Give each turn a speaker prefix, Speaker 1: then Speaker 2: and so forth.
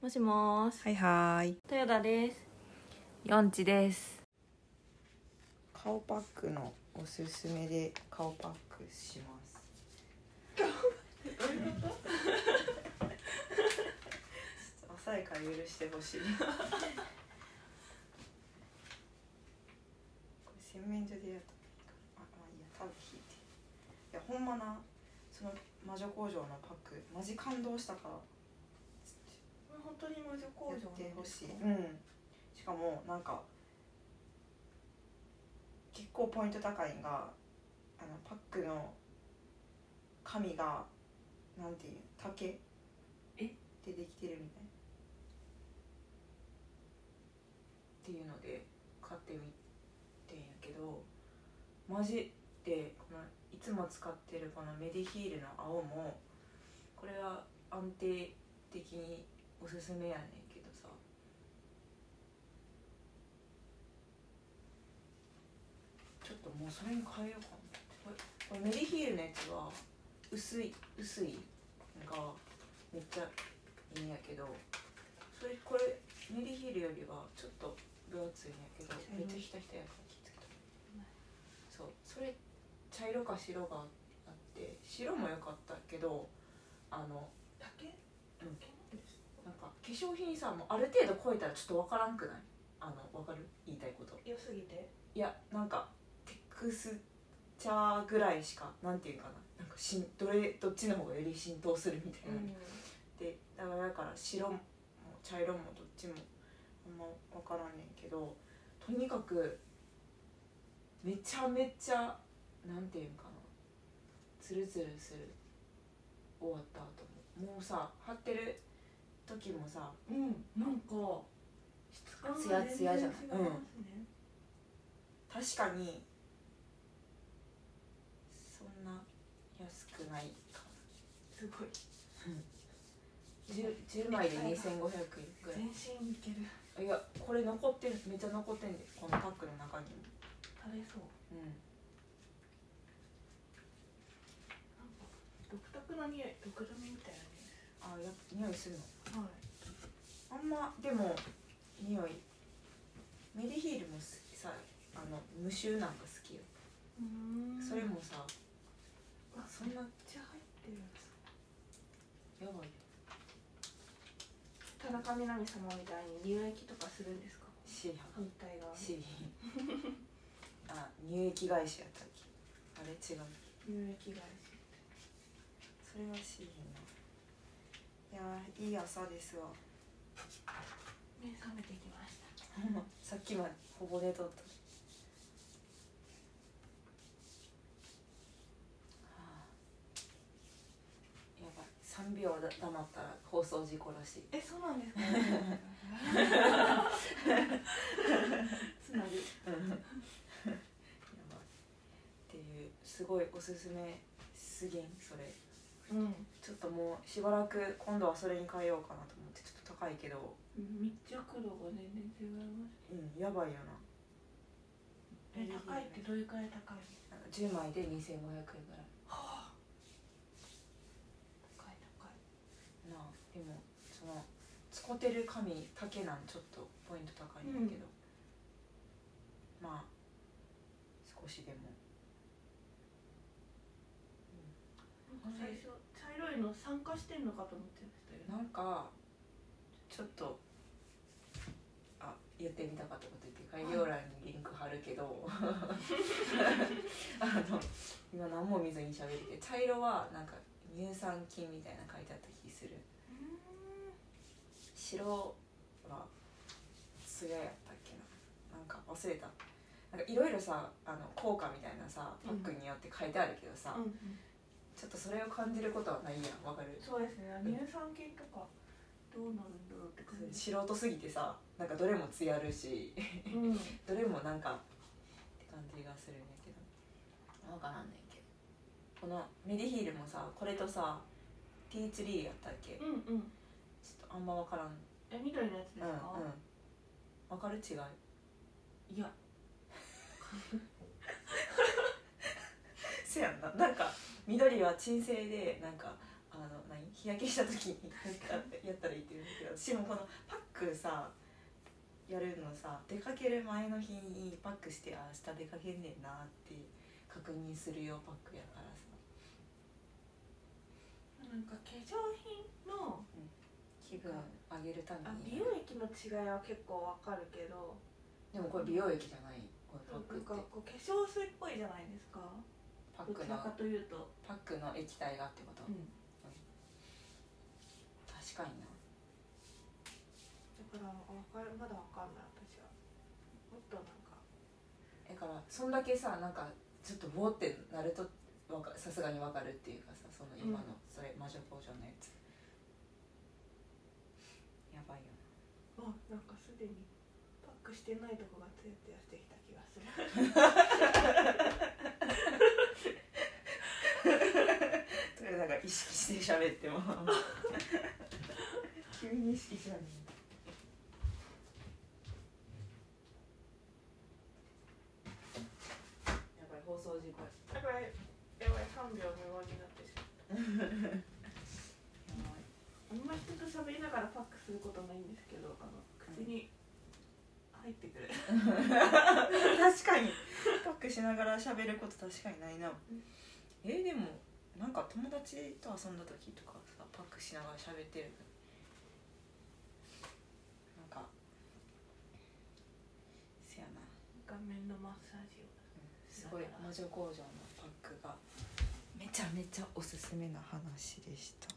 Speaker 1: もしもーし、
Speaker 2: はいはーい
Speaker 1: 豊田です。
Speaker 3: 四地です。
Speaker 2: 顔パックのおすすめで顔パックしますちょっと浅いから許してほしいこれ洗面所でやったらいいかなあまあいいやタオル引いていやほんまなその魔女工場のパックマジ感動したから
Speaker 1: 本当に魔女工
Speaker 2: や
Speaker 1: 場
Speaker 2: ってほしい、うん、しかもなんか結構ポイント高いんがあのパックの紙がなんていう竹
Speaker 3: え
Speaker 2: でできてるみたい
Speaker 3: っていうので買ってみてんやけど、マジでこのいつも使ってるこのメディヒールの青もこれは安定的におすすめやねんけどさ。ちょっともうそれに変えようかなこれ。これメディヒールのやつは薄い薄いがめっちゃいいんやけど、それこれメディヒールよりはちょっと分厚いんやけどめっちゃひたひたやから気ぃつけたそうそれ茶色か白があって白も良かったけどあの
Speaker 2: 竹
Speaker 3: うんなんか化粧品さもうある程度超えたらちょっと分からんくないあの分かる言いたいこと
Speaker 1: 良すぎて。
Speaker 3: いやなんかテクスチャーぐらいしかなんていうかななんかしんどれどっちの方がより浸透するみたいな、でだからだから白も茶色もどっちもあんま分からんねんけどとにかくめちゃめちゃなんていうんかなツルツルする終わった後ももうさ貼ってる時もさ
Speaker 1: うん、なんか
Speaker 3: 質感ツヤツヤじゃない、うん、確かにそんな安くないか
Speaker 1: すごい。
Speaker 3: な 10, 10枚で2500円ぐらい
Speaker 1: 全身いける。
Speaker 3: あいやこれ残ってるめっちゃ残ってんでこのパックの中にも
Speaker 1: 食べそう。
Speaker 3: うん
Speaker 1: なんか独特の匂い、ドクルミみたいな
Speaker 3: あやっぱ匂いするの
Speaker 1: 匂い。はい。
Speaker 3: あんまでも匂いメリヒールもすさあの無臭なんか好きよ、
Speaker 1: うん
Speaker 3: それ。もさ
Speaker 1: あ、
Speaker 3: そんなや
Speaker 1: めっちゃ入ってるや
Speaker 3: ばいよ
Speaker 1: つ。田中みな実様みたいに乳液とかするんですか。
Speaker 3: シー
Speaker 1: 反対側
Speaker 3: ハ
Speaker 1: に。
Speaker 3: シー あ乳液返しやったっけあれ違う
Speaker 1: 乳液返し。
Speaker 2: それはしいないやーいい朝ですわ
Speaker 1: 目覚めてきました。
Speaker 2: ほんまさっきまでほぼ寝とった
Speaker 3: はあやばい3秒だ黙ったら放送事故らしい
Speaker 1: え、そうなんですか。つなぐ。
Speaker 3: やばいっていうすごいおすすめすぎんそれ
Speaker 1: うん。
Speaker 3: ちょっともうしばらく今度はそれに変えようかなと思ってちょっと高いけど
Speaker 1: 密着度が全然違います
Speaker 3: うんやばいよな
Speaker 1: え高いってどれくらい高い
Speaker 3: あの10枚で2500円ぐらい
Speaker 1: はあ高い高い
Speaker 3: なあでもその使ってる紙竹なんちょっとポイント高いんだけど、まあ少しでも
Speaker 1: なんか最初茶色いの酸化してんのかと思ってましたよ
Speaker 3: なんかちょっとあ言ってみたかったこと言って概要欄にリンク貼るけどあの今何も見ずに喋るけど茶色はなんか乳酸菌みたいな書いてあった気する白は艶やったっけななんか忘れたなんかいろいろさあの効果みたいなさパックによって書いてあるけどさ、
Speaker 1: うん、
Speaker 3: ちょっとそれを感じることはないやんわかる
Speaker 1: そうですね乳酸菌とかどうなるんだろうって感じ
Speaker 3: 素人すぎてさなんかどれも艶あるし
Speaker 1: うん
Speaker 3: どれもなんかって感じがするんだけど分からんねんけどこのメディヒールもさこれとさティーツリーやったっけちょ
Speaker 1: うんうん
Speaker 3: っとあんま分からんう
Speaker 1: え緑のやつです
Speaker 3: んう
Speaker 1: か、
Speaker 3: ん分かる違い
Speaker 1: いや
Speaker 3: せやんななんか緑は鎮静でなんかあのあの何日焼けした時にやったやったらいいって言うんだけど私もこのパックさやるのさ出かける前の日にパックしてあ明日出かけんねんなって確認するよパックやからさ
Speaker 1: なんか化粧品の
Speaker 3: 気分上げるた
Speaker 1: あ
Speaker 3: め
Speaker 1: 美
Speaker 3: に
Speaker 1: 容液の違いは結構わかるけど
Speaker 3: でもこれ美容液じゃないこ
Speaker 1: な
Speaker 3: の
Speaker 1: ん
Speaker 3: パックって
Speaker 1: かこう化粧水っぽいじゃないですか
Speaker 3: パッ
Speaker 1: ど
Speaker 3: ク
Speaker 1: ち
Speaker 3: の
Speaker 1: らかというと、
Speaker 3: パックの液体がってこと
Speaker 1: うん
Speaker 3: 確かにな
Speaker 1: だからわかるまだわかんない私はもっとなんか
Speaker 3: だからそんだけさなんかちょっとボーってなるとわかさすがにわかるっていうかさその今の、
Speaker 1: うん
Speaker 3: それ魔女工場のやつやばいよ
Speaker 1: あなんかすでにパックしてないとこがツヤツヤしてきた気が する
Speaker 3: それなんか意識して喋っても 急に意識しちゃうねやばい放送事故や
Speaker 1: だからやばい3秒無言になってしまう
Speaker 3: ばい
Speaker 1: あんま人と喋りながらパックすることないんですけどあの口に入ってくる
Speaker 3: 確かにパックしながら喋ること確かにないなえーでもなんか友達と遊んだ時とかさパックしながら喋ってるなんかせやな
Speaker 1: 顔面のマッサージを
Speaker 3: すごい魔女工場のパックがめちゃめちゃおすすめな話でした